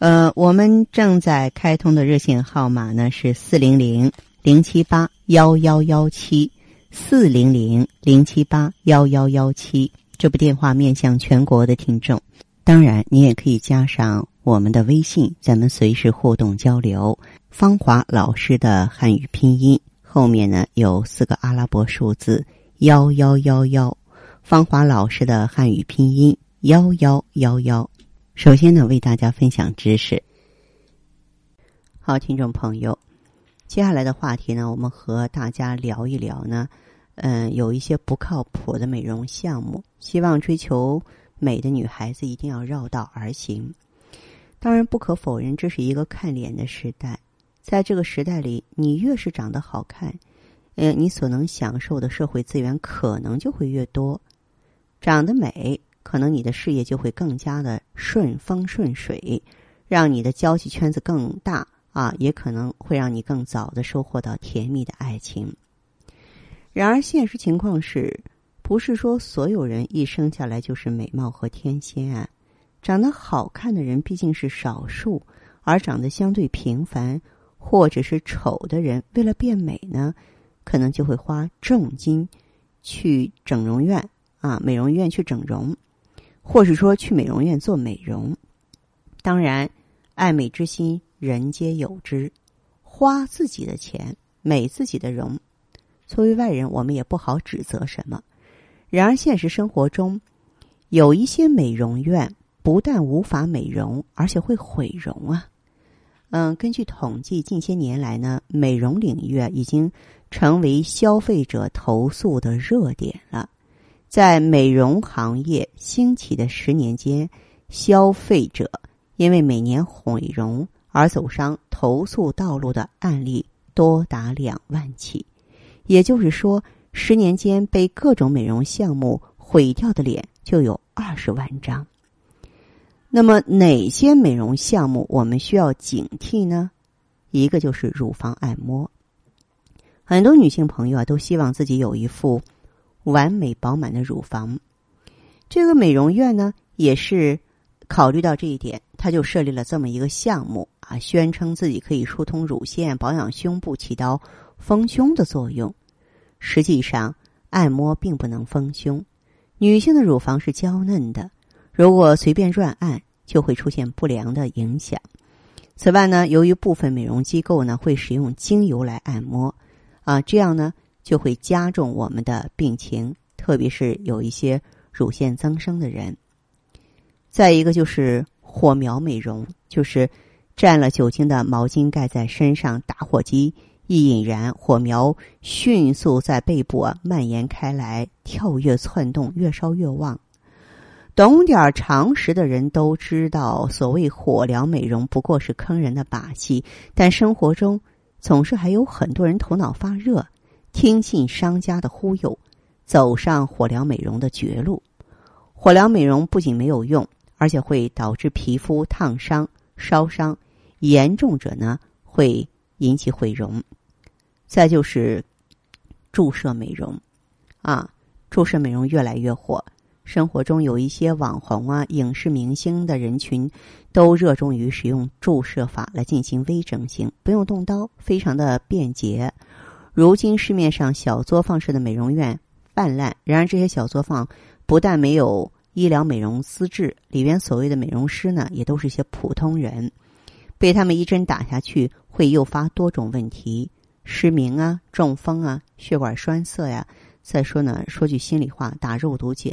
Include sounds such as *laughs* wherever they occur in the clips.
呃，我们正在开通的热线号码呢是四零零零七八幺幺幺七，四零零零七八幺幺幺七，这部电话面向全国的听众。当然，你也可以加上我们的微信，咱们随时互动交流。芳华老师的汉语拼音后面呢有四个阿拉伯数字幺幺幺幺，芳华老师的汉语拼音幺幺幺幺。首先呢，为大家分享知识。好，听众朋友，接下来的话题呢，我们和大家聊一聊呢，嗯，有一些不靠谱的美容项目，希望追求。美的女孩子一定要绕道而行。当然，不可否认，这是一个看脸的时代。在这个时代里，你越是长得好看，呃，你所能享受的社会资源可能就会越多。长得美，可能你的事业就会更加的顺风顺水，让你的交际圈子更大啊，也可能会让你更早的收获到甜蜜的爱情。然而，现实情况是。不是说所有人一生下来就是美貌和天仙啊，长得好看的人毕竟是少数，而长得相对平凡或者是丑的人，为了变美呢，可能就会花重金去整容院啊，美容院去整容，或是说去美容院做美容。当然，爱美之心人皆有之，花自己的钱美自己的容，作为外人，我们也不好指责什么。然而，现实生活中，有一些美容院不但无法美容，而且会毁容啊。嗯，根据统计，近些年来呢，美容领域啊已经成为消费者投诉的热点了。在美容行业兴起的十年间，消费者因为每年毁容而走上投诉道路的案例多达两万起，也就是说。十年间被各种美容项目毁掉的脸就有二十万张。那么哪些美容项目我们需要警惕呢？一个就是乳房按摩。很多女性朋友啊都希望自己有一副完美饱满的乳房。这个美容院呢也是考虑到这一点，他就设立了这么一个项目啊，宣称自己可以疏通乳腺、保养胸部，起到丰胸的作用。实际上，按摩并不能丰胸。女性的乳房是娇嫩的，如果随便乱按，就会出现不良的影响。此外呢，由于部分美容机构呢会使用精油来按摩，啊，这样呢就会加重我们的病情，特别是有一些乳腺增生的人。再一个就是火苗美容，就是蘸了酒精的毛巾盖在身上，打火机。一引燃，火苗迅速在背部啊蔓延开来，跳跃窜动，越烧越旺。懂点常识的人都知道，所谓火疗美容不过是坑人的把戏，但生活中总是还有很多人头脑发热，听信商家的忽悠，走上火疗美容的绝路。火疗美容不仅没有用，而且会导致皮肤烫伤、烧伤，严重者呢会。引起毁容，再就是注射美容，啊，注射美容越来越火。生活中有一些网红啊、影视明星的人群，都热衷于使用注射法来进行微整形，不用动刀，非常的便捷。如今市面上小作坊式的美容院泛滥，然而这些小作坊不但没有医疗美容资质，里边所谓的美容师呢，也都是一些普通人。被他们一针打下去，会诱发多种问题，失明啊、中风啊、血管栓塞呀、啊。再说呢，说句心里话，打肉毒碱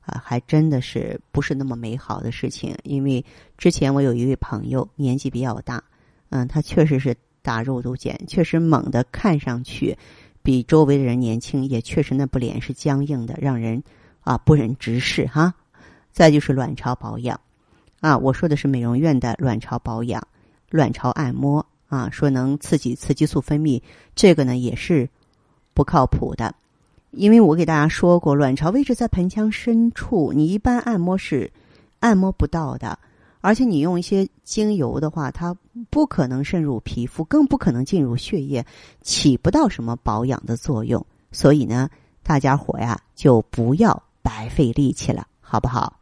啊，还真的是不是那么美好的事情。因为之前我有一位朋友，年纪比较大，嗯，他确实是打肉毒碱，确实猛的看上去比周围的人年轻，也确实那部脸是僵硬的，让人啊不忍直视哈。再就是卵巢保养啊，我说的是美容院的卵巢保养。卵巢按摩啊，说能刺激雌激素分泌，这个呢也是不靠谱的。因为我给大家说过，卵巢位置在盆腔深处，你一般按摩是按摩不到的，而且你用一些精油的话，它不可能渗入皮肤，更不可能进入血液，起不到什么保养的作用。所以呢，大家伙呀，就不要白费力气了，好不好？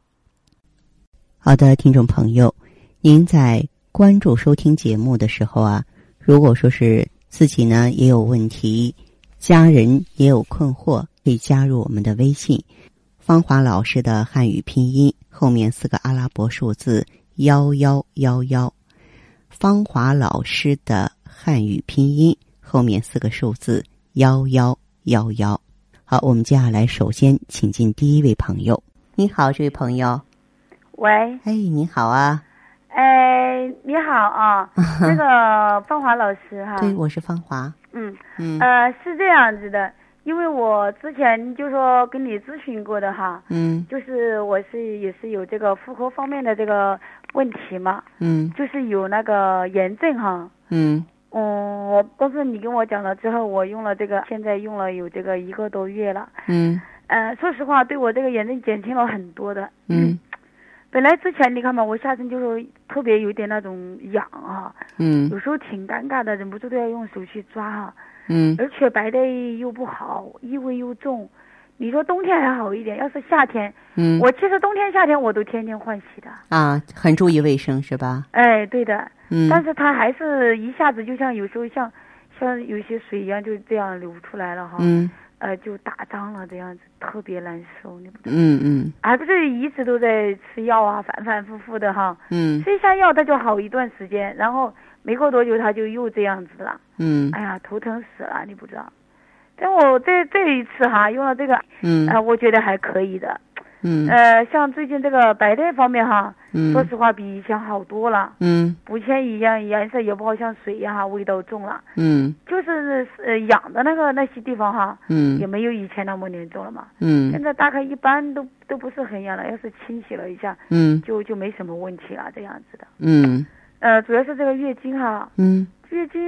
好的，听众朋友，您在关注收听节目的时候啊，如果说是自己呢也有问题。家人也有困惑，可以加入我们的微信“芳华老师的汉语拼音”后面四个阿拉伯数字幺幺幺幺，“芳华老师的汉语拼音”后面四个数字幺幺幺幺。好，我们接下来首先请进第一位朋友。你好，这位朋友。喂，哎，你好啊。哎，你好 *laughs* 啊，那个芳华老师哈、对，我是芳华。嗯，嗯呃，是这样子的，因为我之前就说跟你咨询过的哈，嗯就是我是也是有这个妇科方面的这个问题嘛，嗯就是有那个炎症哈。嗯嗯，我但是你跟我讲了之后，我用了这个，现在用了有这个一个多月了。嗯呃，说实话，对我这个炎症减轻了很多的。嗯本来之前你看嘛，我下身就是特别有点那种痒啊哈、嗯有时候挺尴尬的，忍不住都要用手去抓哈、嗯而且白带又不好，异味又重。你说冬天还好一点，要是夏天，嗯，我其实冬天、夏天我都天天换洗的。啊，很注意卫生是吧？哎，对的，嗯，但是它还是一下子就像有时候像像有些水一样就这样流出来了哈，嗯呃，就打仗了这样子，特别难受。你不嗯嗯还不是一直都在吃药啊，反反复复的哈，嗯吃一下药它就好一段时间，然后没过多久它就又这样子了。嗯哎呀，头疼死了，你不知道。但我这这一次哈用了这个，嗯呃，我觉得还可以的。嗯呃，像最近这个白带方面哈，说嗯实话比以前好多了，嗯不像以前颜色也不好，像水一样哈，味道重了。嗯就是呃痒的那个那些地方哈，也嗯没有以前那么严重了嘛。现嗯在大概一般都都不是很痒了，要是清洗了一下，嗯就就没什么问题了，这样子的。嗯呃，主要是这个月经哈，嗯月经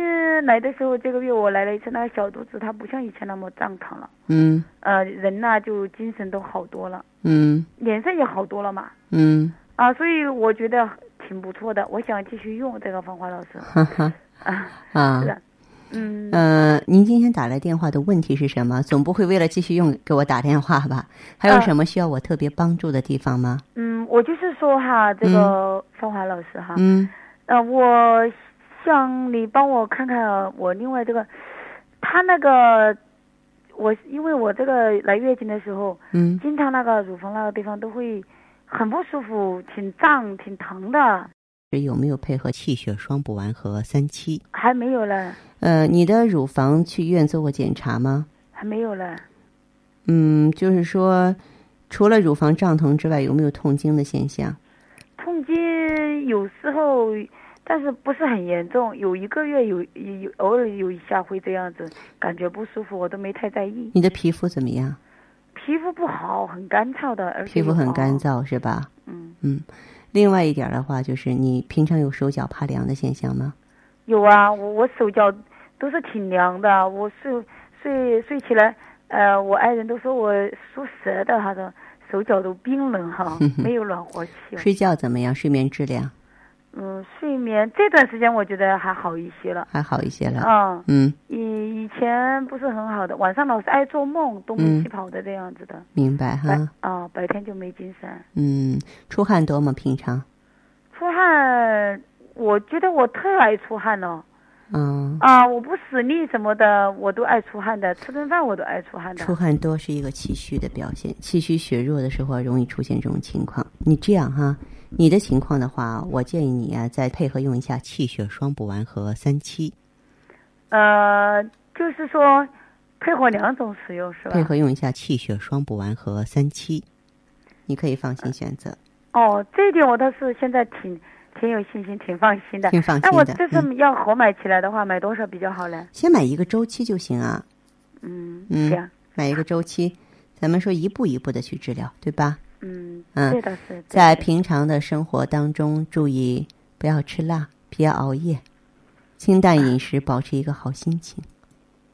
来的时候，这个月我来了一次，那个小肚子它不像以前那么胀疼了，嗯呃，人呐、就精神都好多了，嗯脸色也好多了嘛，嗯，啊，所以我觉得挺不错的，我想继续用这个芳华老师，哈哈啊，啊是。的，嗯，呃，您今天打来电话的问题是什么？总不会为了继续用给我打电话吧？还有什么需要我特别帮助的地方吗？嗯，我就是说哈，这个芳华老师哈，嗯呃，我想你帮我看看我另外这个，他那个，我因为我这个来月经的时候，嗯经常那个乳房那个地方都会很不舒服，挺胀、挺疼的，是有没有配合气血双补丸和三七？还没有了，呃，你的乳房去医院做过检查吗？还没有了。嗯，就是说，除了乳房胀疼之外，有没有痛经的现象？痛经有时候，但是不是很严重，有一个月有有偶尔有一下会这样子，感觉不舒服，我都没太在意。你的皮肤怎么样？皮肤不好，很干燥的，而且皮肤很干燥。燥是吧？嗯，另外一点的话，就是你平常有手脚怕凉的现象吗？有啊，我我手脚都是挺凉的，我睡睡睡起来，呃，我爱人都说我属蛇的，他说手脚都冰冷 *laughs* 哈，没有暖和气。睡觉怎么样？睡眠质量嗯，睡眠这段时间我觉得还好一些了。还好一些了？嗯，嗯，以以前不是很好的，晚上老是爱做梦，东奔嗯西跑的这样子的。明白白哈。啊，白天就没精神。嗯，出汗多吗？平常？出汗，我觉得我特爱出汗了嗯，啊！我不使力什么的，我都爱出汗的，吃顿饭我都爱出汗的出。汗多是一个气虚的表现，气虚血弱的时候啊容易出现这种情况。你这样哈，你的情况的话，我建议你啊，再配合用一下气血双补丸和三七。呃，就是说，配合两种使用是吧？配合用一下气血双补丸和三七，你可以放心选择，哦，这一点我倒是现在挺挺有信心，挺放心的。挺放那心我的这。嗯，次要合买起来的话，买多少比较好嘞？先买一个周期就行啊，嗯，嗯行，买一个周期，咱们说一步一步的去治疗，对吧？嗯，嗯这倒是。对在对平常的生活当中，注意不要吃辣，不要熬夜，清淡饮食，保持一个好心情，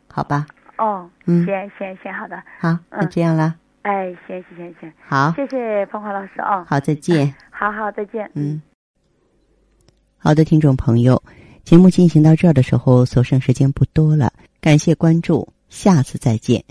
好吧？哦，嗯行行行，好的，好，那嗯这样啦，哎，行行行行，好，谢谢芳华老师啊、好，再见。好好，再见。嗯，好的，听众朋友，节目进行到这儿的时候，所剩时间不多了，感谢关注，下次再见。